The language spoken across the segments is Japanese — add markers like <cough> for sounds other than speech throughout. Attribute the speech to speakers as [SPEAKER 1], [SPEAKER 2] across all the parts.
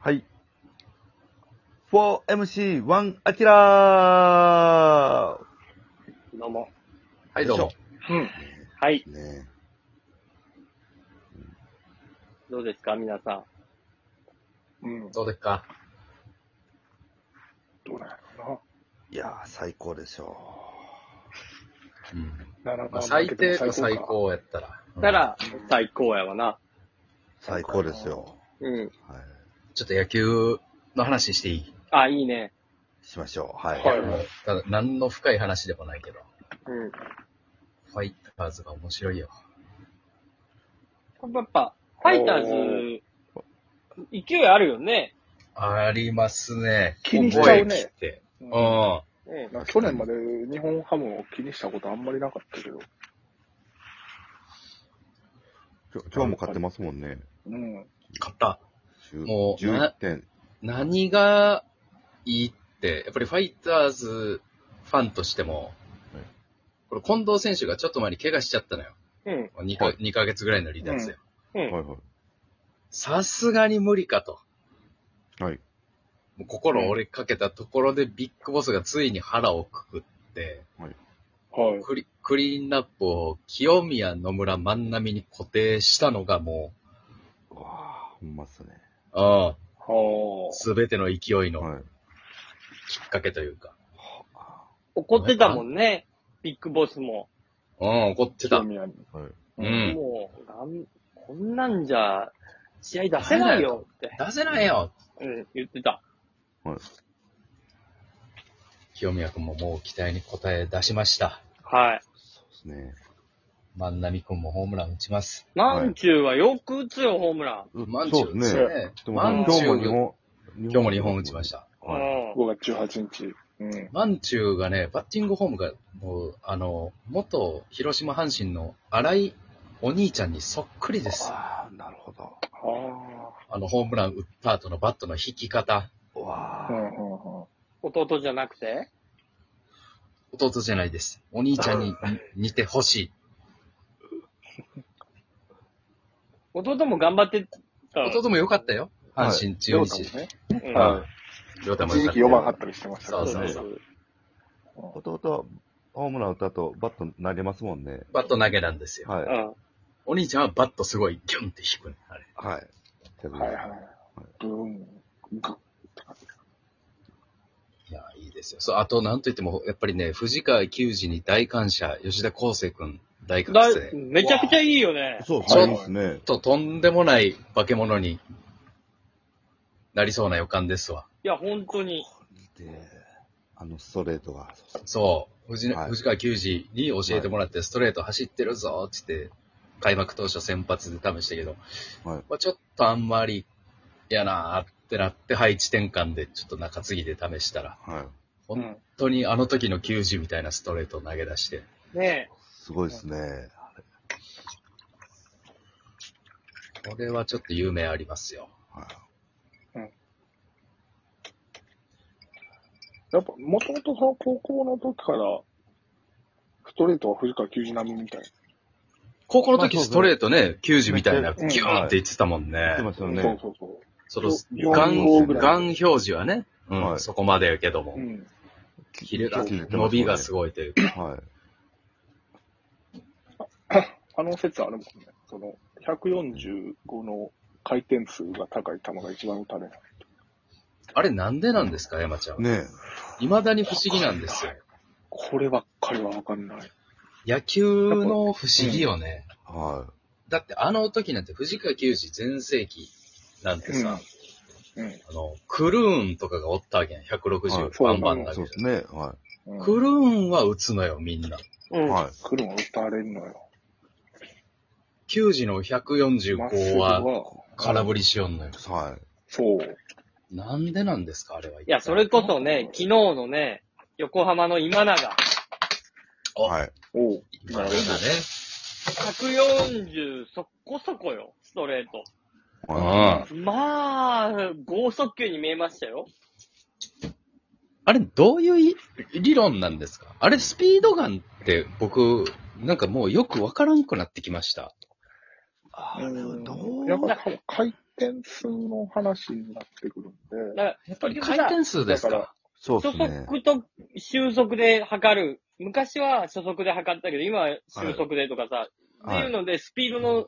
[SPEAKER 1] はい。4MC1 アキラー
[SPEAKER 2] どうも。
[SPEAKER 3] はい、どうも。
[SPEAKER 2] うん。はい。
[SPEAKER 3] ね
[SPEAKER 2] どうですか、皆さん。うん。
[SPEAKER 3] どうですか
[SPEAKER 4] どうなんやろ
[SPEAKER 1] いやー、最高でしょ
[SPEAKER 3] うん。
[SPEAKER 4] な。7
[SPEAKER 3] まあ、
[SPEAKER 4] 番
[SPEAKER 3] 最低か最
[SPEAKER 4] 最高
[SPEAKER 3] 高やったら。
[SPEAKER 2] たら、最高やわな。
[SPEAKER 1] う。最高ですよ。
[SPEAKER 2] うん。
[SPEAKER 1] はい。
[SPEAKER 3] うん、ちょっと野球の話していい
[SPEAKER 2] あ、いいね。
[SPEAKER 1] しましょう。はい。
[SPEAKER 4] はい
[SPEAKER 3] ただ、何の深い話でもないけど。
[SPEAKER 2] うん。
[SPEAKER 3] ファイターズが面白いよ。
[SPEAKER 2] これやっぱ、ファイターズ、勢いあるよね。
[SPEAKER 3] ありますね。
[SPEAKER 4] 気にしちゃうね
[SPEAKER 3] 覚えて
[SPEAKER 4] う
[SPEAKER 3] うん
[SPEAKER 2] うん。
[SPEAKER 3] ん。
[SPEAKER 4] なんか去年まで日本ハムを気にしたことあんまりなかったけど。
[SPEAKER 1] 今日今日も買ってますもんね。
[SPEAKER 4] うん。
[SPEAKER 3] 勝った。
[SPEAKER 1] 10
[SPEAKER 3] もう
[SPEAKER 1] 11点。
[SPEAKER 3] 何がいいって、やっぱりファイターズファンとしても
[SPEAKER 1] はい、
[SPEAKER 3] これ近藤選手がちょっと前に怪我しちゃったのよ。
[SPEAKER 2] うん。
[SPEAKER 3] 2か,、
[SPEAKER 1] はい
[SPEAKER 3] 二ヶ月ぐらいの離脱よ。
[SPEAKER 2] う
[SPEAKER 1] はい
[SPEAKER 2] ん。
[SPEAKER 1] は
[SPEAKER 3] さすがに無理かと。
[SPEAKER 1] い。はい。
[SPEAKER 3] もう心折れかけたところでビッグボスがついに腹をくくって、
[SPEAKER 4] はい。
[SPEAKER 3] クリクリーンナップを清宮、野村、万波に固定したのがも
[SPEAKER 1] わー、ほんまっすね。
[SPEAKER 3] う、うん、
[SPEAKER 4] は
[SPEAKER 3] すべての勢いの
[SPEAKER 1] はい。
[SPEAKER 3] きっかけというか、
[SPEAKER 2] 怒ってたもんね。ビッグボスも。
[SPEAKER 3] うん、怒って
[SPEAKER 4] あ。
[SPEAKER 3] た
[SPEAKER 4] 清。宮に
[SPEAKER 1] はい。
[SPEAKER 3] うん。
[SPEAKER 2] もう、がん、こんなんじゃ、試合出せないよって、
[SPEAKER 3] 出せないよ
[SPEAKER 2] うん、言ってた。
[SPEAKER 1] はい。
[SPEAKER 3] 清宮君ももう期待に応え出しました。
[SPEAKER 2] はい。
[SPEAKER 1] そうですね。
[SPEAKER 3] 万波君もホームラン打ちます。
[SPEAKER 2] マンチューはよく打つよ、ホームラ
[SPEAKER 1] う
[SPEAKER 3] マンチ
[SPEAKER 1] そ
[SPEAKER 3] ュ
[SPEAKER 1] う
[SPEAKER 3] ウ
[SPEAKER 1] ですね。でも
[SPEAKER 3] マン
[SPEAKER 1] 今
[SPEAKER 3] チ
[SPEAKER 1] 日
[SPEAKER 3] ュ
[SPEAKER 1] も
[SPEAKER 3] ウ
[SPEAKER 1] 日本、今
[SPEAKER 3] 今日も2本打ちまし。た。
[SPEAKER 2] ン。
[SPEAKER 1] はい。
[SPEAKER 2] うん。
[SPEAKER 4] 5月18日。うん。
[SPEAKER 3] マンチュウがね、バッティングフォームが、もう、あの、元広島阪神の荒井お兄ちゃんにそっくりです。
[SPEAKER 1] あー、なるほど。
[SPEAKER 4] は
[SPEAKER 3] あの、ホームラン打った後のバットの引き方。
[SPEAKER 1] うわ
[SPEAKER 4] あ。うんうんうん。
[SPEAKER 2] 弟じゃなくて
[SPEAKER 3] 弟じゃないです。お兄ちゃん <laughs> に似てほしい。
[SPEAKER 2] 弟も頑張ってた。
[SPEAKER 3] 弟も良かったよ。
[SPEAKER 1] はい
[SPEAKER 3] 阪神中
[SPEAKER 4] 両方も
[SPEAKER 3] 日。
[SPEAKER 4] ね。
[SPEAKER 2] うん
[SPEAKER 3] は
[SPEAKER 4] は
[SPEAKER 3] 両
[SPEAKER 4] い。
[SPEAKER 3] 方も良
[SPEAKER 4] 一
[SPEAKER 3] かっ
[SPEAKER 4] 時
[SPEAKER 3] た
[SPEAKER 4] 期4番張ったりしてましたから
[SPEAKER 3] そ
[SPEAKER 4] ね
[SPEAKER 3] うそうそう。
[SPEAKER 1] ー。弟はホームラン打った後、バット投げますもんね。
[SPEAKER 3] バット投げなんですよ。
[SPEAKER 1] はい。
[SPEAKER 2] うん。
[SPEAKER 3] お兄ちゃんはバットすごいギュンって引くね。あれ。
[SPEAKER 1] はい。
[SPEAKER 4] はいはい。ブーン。グッ。
[SPEAKER 3] いや、いいですよ。そう、あと、なんといっても、やっぱりね、藤川球児に大感謝、吉田康生君、大学
[SPEAKER 2] だ
[SPEAKER 3] 生。
[SPEAKER 2] めちゃくちゃいいよね。
[SPEAKER 1] そう、
[SPEAKER 4] ち
[SPEAKER 1] そ
[SPEAKER 4] ょ
[SPEAKER 1] うですね。
[SPEAKER 3] と、とんでもない化け物になりそうな予感ですわ。
[SPEAKER 2] いや、本当に。
[SPEAKER 1] で、あのストレートが、そう
[SPEAKER 3] そう。藤,、
[SPEAKER 1] はい
[SPEAKER 3] 藤川球児に教えてもらって、ストレート走ってるぞ、つって、開幕当初先発で試したけど、
[SPEAKER 1] はい
[SPEAKER 3] まあ、ちょっとあんまり、やなーってなって、配置転換で、ちょっと中継ぎで試したら、
[SPEAKER 1] はい。
[SPEAKER 3] 本当にあの時の球児みたいなストレートを投げ出して、
[SPEAKER 2] ね
[SPEAKER 1] すごいですね。
[SPEAKER 3] これはちょっと有名ありますよ。
[SPEAKER 1] は
[SPEAKER 4] やっぱ、もともとその高校の時から、ストレートは藤川球児並みみたい
[SPEAKER 3] 高校の時
[SPEAKER 1] まあ
[SPEAKER 3] ストレートね、球児みたいな、
[SPEAKER 1] めっ
[SPEAKER 3] ギ
[SPEAKER 4] ちゃ
[SPEAKER 3] ューンって言ってたもんね。
[SPEAKER 1] い。言ってましたよね。
[SPEAKER 4] な。そうそうそ
[SPEAKER 3] その、
[SPEAKER 4] よ
[SPEAKER 3] ガン、
[SPEAKER 1] 4ぐらい
[SPEAKER 3] ガン表示はね、うん、
[SPEAKER 1] はい
[SPEAKER 3] そこまでやけども
[SPEAKER 4] う。う、ん。
[SPEAKER 3] キレが、
[SPEAKER 1] キレが
[SPEAKER 3] 伸びがすごいというか、
[SPEAKER 1] はい。
[SPEAKER 4] あの説あるもんね。その、145の回転数が高い球が一番打たれない。
[SPEAKER 3] あれなんでなんですか、山ちゃんは。
[SPEAKER 1] ね
[SPEAKER 3] 未だに不思議なんですよ。
[SPEAKER 4] こればっかりはわかんない。
[SPEAKER 3] 野球の不思議よね。
[SPEAKER 1] え。は
[SPEAKER 3] だってあの時なんて藤川球児全盛期なんてさ、
[SPEAKER 4] うん。
[SPEAKER 3] あの、クルーンとかがおったわけやん、160、
[SPEAKER 4] は
[SPEAKER 3] バ
[SPEAKER 4] い
[SPEAKER 3] ンバン
[SPEAKER 1] い。
[SPEAKER 3] だけ
[SPEAKER 1] そう
[SPEAKER 3] ど
[SPEAKER 1] で。すね。は
[SPEAKER 4] うん、
[SPEAKER 3] クルーンは打つのよ、みんな。
[SPEAKER 2] え。う
[SPEAKER 1] い。
[SPEAKER 2] ん。
[SPEAKER 1] は
[SPEAKER 4] 来るも打たれんのよ。
[SPEAKER 3] 球児の
[SPEAKER 4] まっす
[SPEAKER 3] 145
[SPEAKER 4] ぐ
[SPEAKER 3] は
[SPEAKER 4] は、
[SPEAKER 3] 空振りしよんのよ。
[SPEAKER 1] い。は
[SPEAKER 4] そう。
[SPEAKER 3] なんでなんですか、あれは。
[SPEAKER 2] いや、それこそね、昨日のね、横浜の今永、
[SPEAKER 1] い。はい。
[SPEAKER 4] おう。
[SPEAKER 3] 今のがね。
[SPEAKER 2] 140そこそこよ、ストレート。
[SPEAKER 3] うん。
[SPEAKER 2] まあ、剛速球に見えましたよ。
[SPEAKER 3] あれ、どういうい理論なんですかあれ、スピードガンって僕、なんかもうよくわからんくなってきました。
[SPEAKER 1] あ
[SPEAKER 4] う
[SPEAKER 1] れ
[SPEAKER 4] ん
[SPEAKER 1] どう
[SPEAKER 4] やっぱ多分回転数の話になってくるん
[SPEAKER 2] だか
[SPEAKER 4] で、
[SPEAKER 2] ら、
[SPEAKER 3] やっぱり回転数です
[SPEAKER 4] だ
[SPEAKER 3] か
[SPEAKER 4] から
[SPEAKER 1] そうで
[SPEAKER 2] 初
[SPEAKER 1] すね。
[SPEAKER 2] 速と収束で測る。昔は初速で測ったけど、今は収束でとかさ、
[SPEAKER 1] はい
[SPEAKER 2] っていうので、スピードの、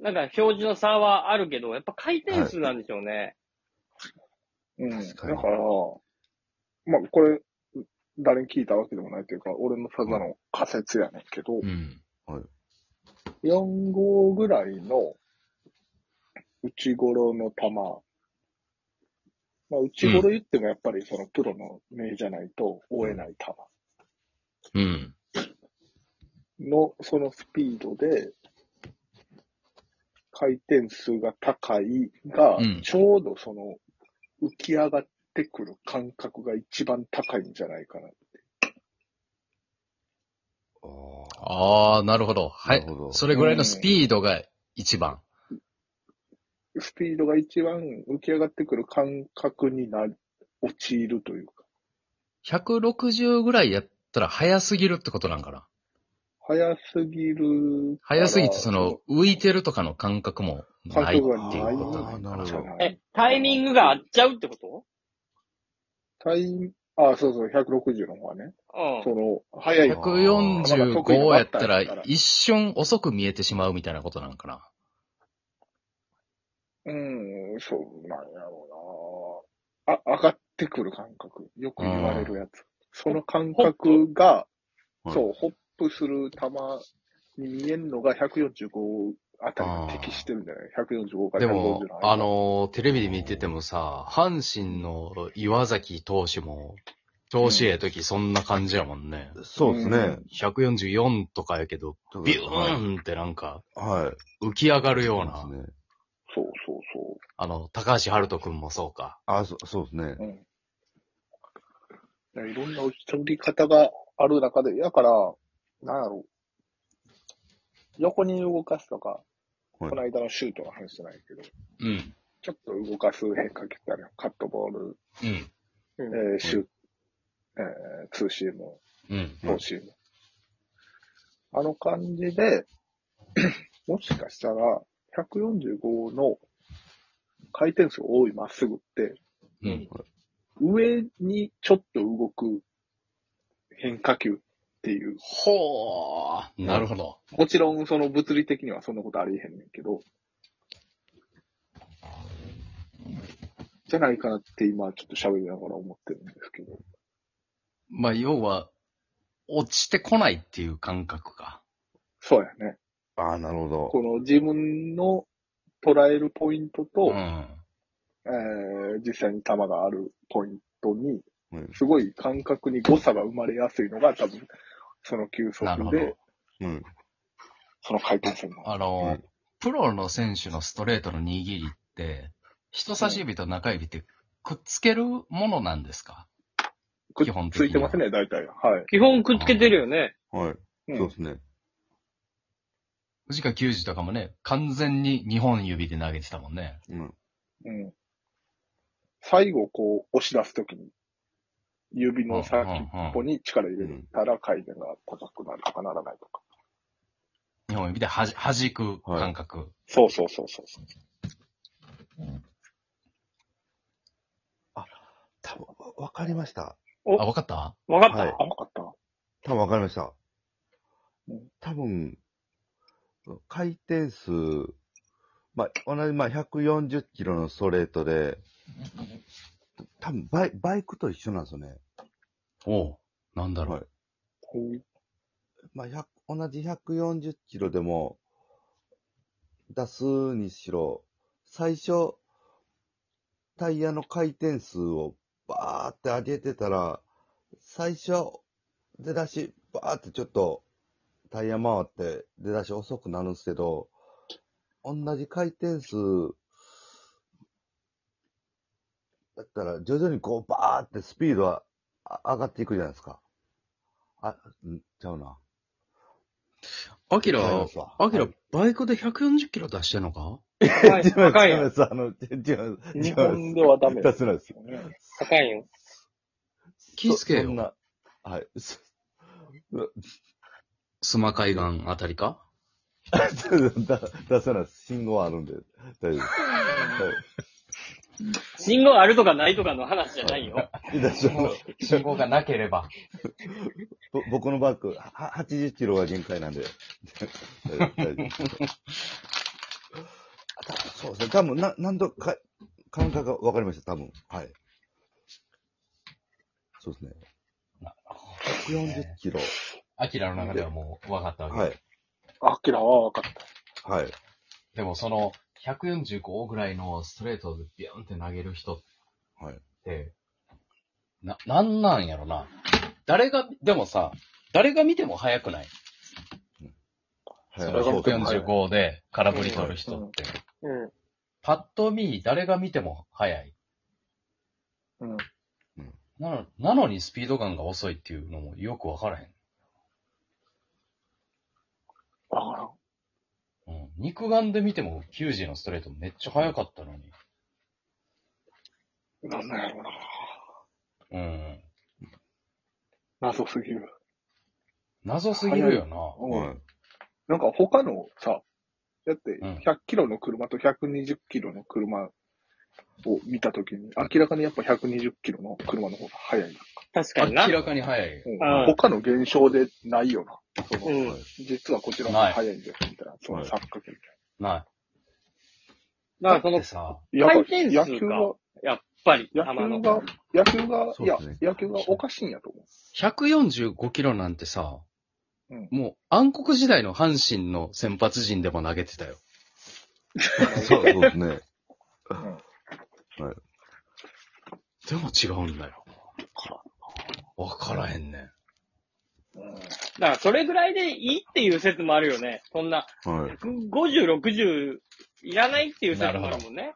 [SPEAKER 2] なんか表示の差はあるけど、やっぱ回転数なんでしょうね。
[SPEAKER 4] うん。だ
[SPEAKER 1] 確
[SPEAKER 4] か、
[SPEAKER 1] からに
[SPEAKER 4] まあ、これ、誰に聞いたわけでもないというか、俺のただの仮説やねんけど、
[SPEAKER 3] うん。
[SPEAKER 4] 4号ぐらいの内頃の球、まあ、内頃言ってもやっぱりそのプロの名じゃないと追えない球
[SPEAKER 3] うん。
[SPEAKER 4] のそのスピードで、回転数が高いが
[SPEAKER 3] うん、
[SPEAKER 4] ちょうどその浮き上がってくる感覚が一番高いんじゃないかな。
[SPEAKER 1] あー
[SPEAKER 3] ああ、なるほど。
[SPEAKER 1] な
[SPEAKER 3] は
[SPEAKER 1] いるほ。ど
[SPEAKER 3] それぐらいのスピードが一番。
[SPEAKER 4] スピードが一番浮き上がってくる感覚にな、陥るというか、
[SPEAKER 3] 160ぐらいやったら速すぎるってことなんかな。
[SPEAKER 4] 速すぎるから。
[SPEAKER 3] 速すぎて、その、浮いてるとかの感覚もないっていう
[SPEAKER 4] 感覚
[SPEAKER 3] こと
[SPEAKER 1] がない
[SPEAKER 3] なんか
[SPEAKER 1] なるほ
[SPEAKER 4] じゃ
[SPEAKER 1] ど
[SPEAKER 4] ない
[SPEAKER 2] え、タイミングが合っちゃうってこと
[SPEAKER 4] タイム、あそうそう、160の方はね、
[SPEAKER 2] う
[SPEAKER 4] そ
[SPEAKER 2] ん。
[SPEAKER 4] の、速い。
[SPEAKER 3] 145やったら一瞬遅く見えてしまうみたいなことなんかな。
[SPEAKER 4] うん、そうなんやろうなあ、上がってくる感覚。よく言われるやつ。その感覚が、
[SPEAKER 1] ホップ
[SPEAKER 4] そう、ホップする球に見えるのが145あたりが適してるんじゃない ?145 から
[SPEAKER 5] で
[SPEAKER 4] 150の
[SPEAKER 5] も
[SPEAKER 4] 間。、
[SPEAKER 5] あのー、テレビで見ててもさ、阪神の岩崎投手も、調子ええ時そんな感じやもんね。
[SPEAKER 1] そうですね。
[SPEAKER 5] 144とかやけど、
[SPEAKER 1] だから
[SPEAKER 5] ビューンってなんか、
[SPEAKER 1] はい。
[SPEAKER 5] 浮き上がるよう
[SPEAKER 1] そ
[SPEAKER 5] な。
[SPEAKER 1] ですね。
[SPEAKER 4] そうそうそ
[SPEAKER 5] あの、高橋春人くんもそうか。
[SPEAKER 1] あ、そそうですね
[SPEAKER 4] う。。うん。だからいろんな打ち取り方がある中で、だから、なんやろう。横に動かすとか、
[SPEAKER 1] はい
[SPEAKER 4] この間のシュートの話じゃないけど、
[SPEAKER 3] うん。
[SPEAKER 4] ちょっと動かす変化球ってあるよカットボール、
[SPEAKER 3] うん。
[SPEAKER 4] えー、シュート、えー、ツーシーム、
[SPEAKER 3] うん。
[SPEAKER 4] フォーシーム。あの感じで、 <clears throat> もしかしたら、145の回転数多いまっすぐって、
[SPEAKER 3] うん。
[SPEAKER 4] 上にちょっと動く変化球っていう。
[SPEAKER 3] ほー。なるほど。
[SPEAKER 4] もちろん、その物理的にはそんなことありえへんねんけど、じゃないかなって今ちょっと喋りながら思ってるんですけど。
[SPEAKER 3] まあ、要は、落ちてこないっていう感覚か。
[SPEAKER 4] そうやね。
[SPEAKER 1] ああ、なるほど。
[SPEAKER 4] この自分の捉えるポイントと、
[SPEAKER 3] うん。
[SPEAKER 4] えー実際に球があるポイントに、
[SPEAKER 1] うん
[SPEAKER 4] すごい感覚に誤差が生まれやすいのが多分、その球
[SPEAKER 3] なるほ
[SPEAKER 4] 速で
[SPEAKER 3] ど、。
[SPEAKER 1] うん。
[SPEAKER 4] その回転数の。
[SPEAKER 3] あの
[SPEAKER 1] うん、
[SPEAKER 3] プロの選手のストレートの握りって、人差し指と中指ってくっつけるものなんですか
[SPEAKER 4] くっ
[SPEAKER 3] 基本的に
[SPEAKER 4] つ
[SPEAKER 3] はい
[SPEAKER 4] てますね、大体。はい。
[SPEAKER 2] 基本くっつけてるよね。
[SPEAKER 1] はい。
[SPEAKER 4] うん
[SPEAKER 1] そうですね。
[SPEAKER 3] 藤川球児とかもね、完全に2本指で投げてたもんね。
[SPEAKER 1] うん。
[SPEAKER 4] うん最後、こう、押し出すときに、指の先っぽに力入れたら回転が高くなるとかならないとか。
[SPEAKER 3] 2本指ではじ弾く感覚。
[SPEAKER 4] そうそうそうそうそう。
[SPEAKER 1] 多分わかりました。
[SPEAKER 2] はい
[SPEAKER 3] あ、わかった
[SPEAKER 2] わかった、
[SPEAKER 1] はい
[SPEAKER 4] あ、わかった。
[SPEAKER 1] 多分わかりました
[SPEAKER 4] うん。
[SPEAKER 1] 多分、回転数、まあ、同じ、まあ、140キロのストレートで、多分バイ、バイクと一緒なんですよね。
[SPEAKER 3] おう。なんだろう。
[SPEAKER 1] はいまあ、100同じ140キロでも、出すにしろ、最初、タイヤの回転数をバーって上げてたら、最初、出だし、バーってちょっと、タイヤ回って、出だし遅くなるんですけど、同じ回転数、だったら、徐々にこう、バーってスピードはあ上がっていくじゃないですか。あ、んちゃうな。
[SPEAKER 5] アキ
[SPEAKER 1] 違い
[SPEAKER 5] ラ
[SPEAKER 1] ますわ、
[SPEAKER 5] アキラ、バイクで140キロ出してんのか
[SPEAKER 2] 高い。
[SPEAKER 5] <laughs>
[SPEAKER 2] 高い
[SPEAKER 1] 違いま
[SPEAKER 2] よ。
[SPEAKER 1] す。あの、ち違います。
[SPEAKER 4] 日本ではダメ
[SPEAKER 1] 出せないです。
[SPEAKER 4] ね。
[SPEAKER 2] 高いよ。
[SPEAKER 5] 気ぃつけよ
[SPEAKER 1] そそんな、 <laughs> はい。そ
[SPEAKER 5] スマ海岸あたりか
[SPEAKER 1] だ出せない。信号あるんで、大丈夫です。はい
[SPEAKER 2] 信号あるとかないとかの話じゃないよ。
[SPEAKER 1] いや大丈夫
[SPEAKER 3] 信号がなければ。
[SPEAKER 1] ぼ僕のバッグ、は80キロが限界なんで。大丈夫大丈夫あそうですね。多分な、何度か、感覚が分かりました、多分。はい。そうですね。140キロ。
[SPEAKER 3] アキラの中ではもう分かったわけ。
[SPEAKER 1] はい。
[SPEAKER 4] アキラは分かった。
[SPEAKER 1] はい。
[SPEAKER 3] でもその145ぐらいのストレートでビュンって投げる人っ
[SPEAKER 1] はい。
[SPEAKER 3] て、な、なんなんやろな。誰が、でもさ、誰が見ても速くない
[SPEAKER 1] はい。
[SPEAKER 4] れが
[SPEAKER 1] そうですね
[SPEAKER 3] 145で空振り取る人って。
[SPEAKER 4] うん。
[SPEAKER 3] パッと見、誰が見ても速い。
[SPEAKER 4] うん。
[SPEAKER 3] なのなのにスピード感が遅いっていうのもよくわからへん。
[SPEAKER 4] わからん。
[SPEAKER 3] うん、肉眼で見ても90のストレートめっちゃ速かったのに。
[SPEAKER 4] なんなんやろうな。
[SPEAKER 3] うん。
[SPEAKER 4] 謎すぎる。
[SPEAKER 3] 謎すぎるよな。
[SPEAKER 4] う
[SPEAKER 1] は
[SPEAKER 4] ん。なんか他のさ、だって
[SPEAKER 3] うん
[SPEAKER 4] 100キロの車と120キロの車を見たときに、明らかにやっぱ120キロの車の方が速い。
[SPEAKER 2] 確かにな
[SPEAKER 3] 明。らかに速い。
[SPEAKER 4] うん
[SPEAKER 2] うん
[SPEAKER 4] 他の現象でないよな。その
[SPEAKER 2] うん。
[SPEAKER 4] 実はこちらの方が速いんですみたいな。その錯覚みた
[SPEAKER 3] な
[SPEAKER 2] だからそ
[SPEAKER 3] い。で
[SPEAKER 2] の、
[SPEAKER 3] さ、
[SPEAKER 4] いな。やっぱ
[SPEAKER 2] 回転数
[SPEAKER 4] 野球が、
[SPEAKER 2] やっぱり、球
[SPEAKER 4] 野
[SPEAKER 2] の
[SPEAKER 4] 球。が、野球が、
[SPEAKER 1] そう
[SPEAKER 4] いや
[SPEAKER 1] ですね、
[SPEAKER 4] 野球がおかしいんやと思
[SPEAKER 3] 145キロなんてさ、
[SPEAKER 4] うん
[SPEAKER 3] もう暗黒時代の阪神の先発陣でも投げてたよ。
[SPEAKER 1] い。そうそうですね。
[SPEAKER 3] でも違うんだよ。わからへんねん。
[SPEAKER 4] う。
[SPEAKER 2] だからそれぐらいでいいっていう説もあるよね。そんな、
[SPEAKER 1] はい。
[SPEAKER 2] 150、60いらないっていう説もあるもんね。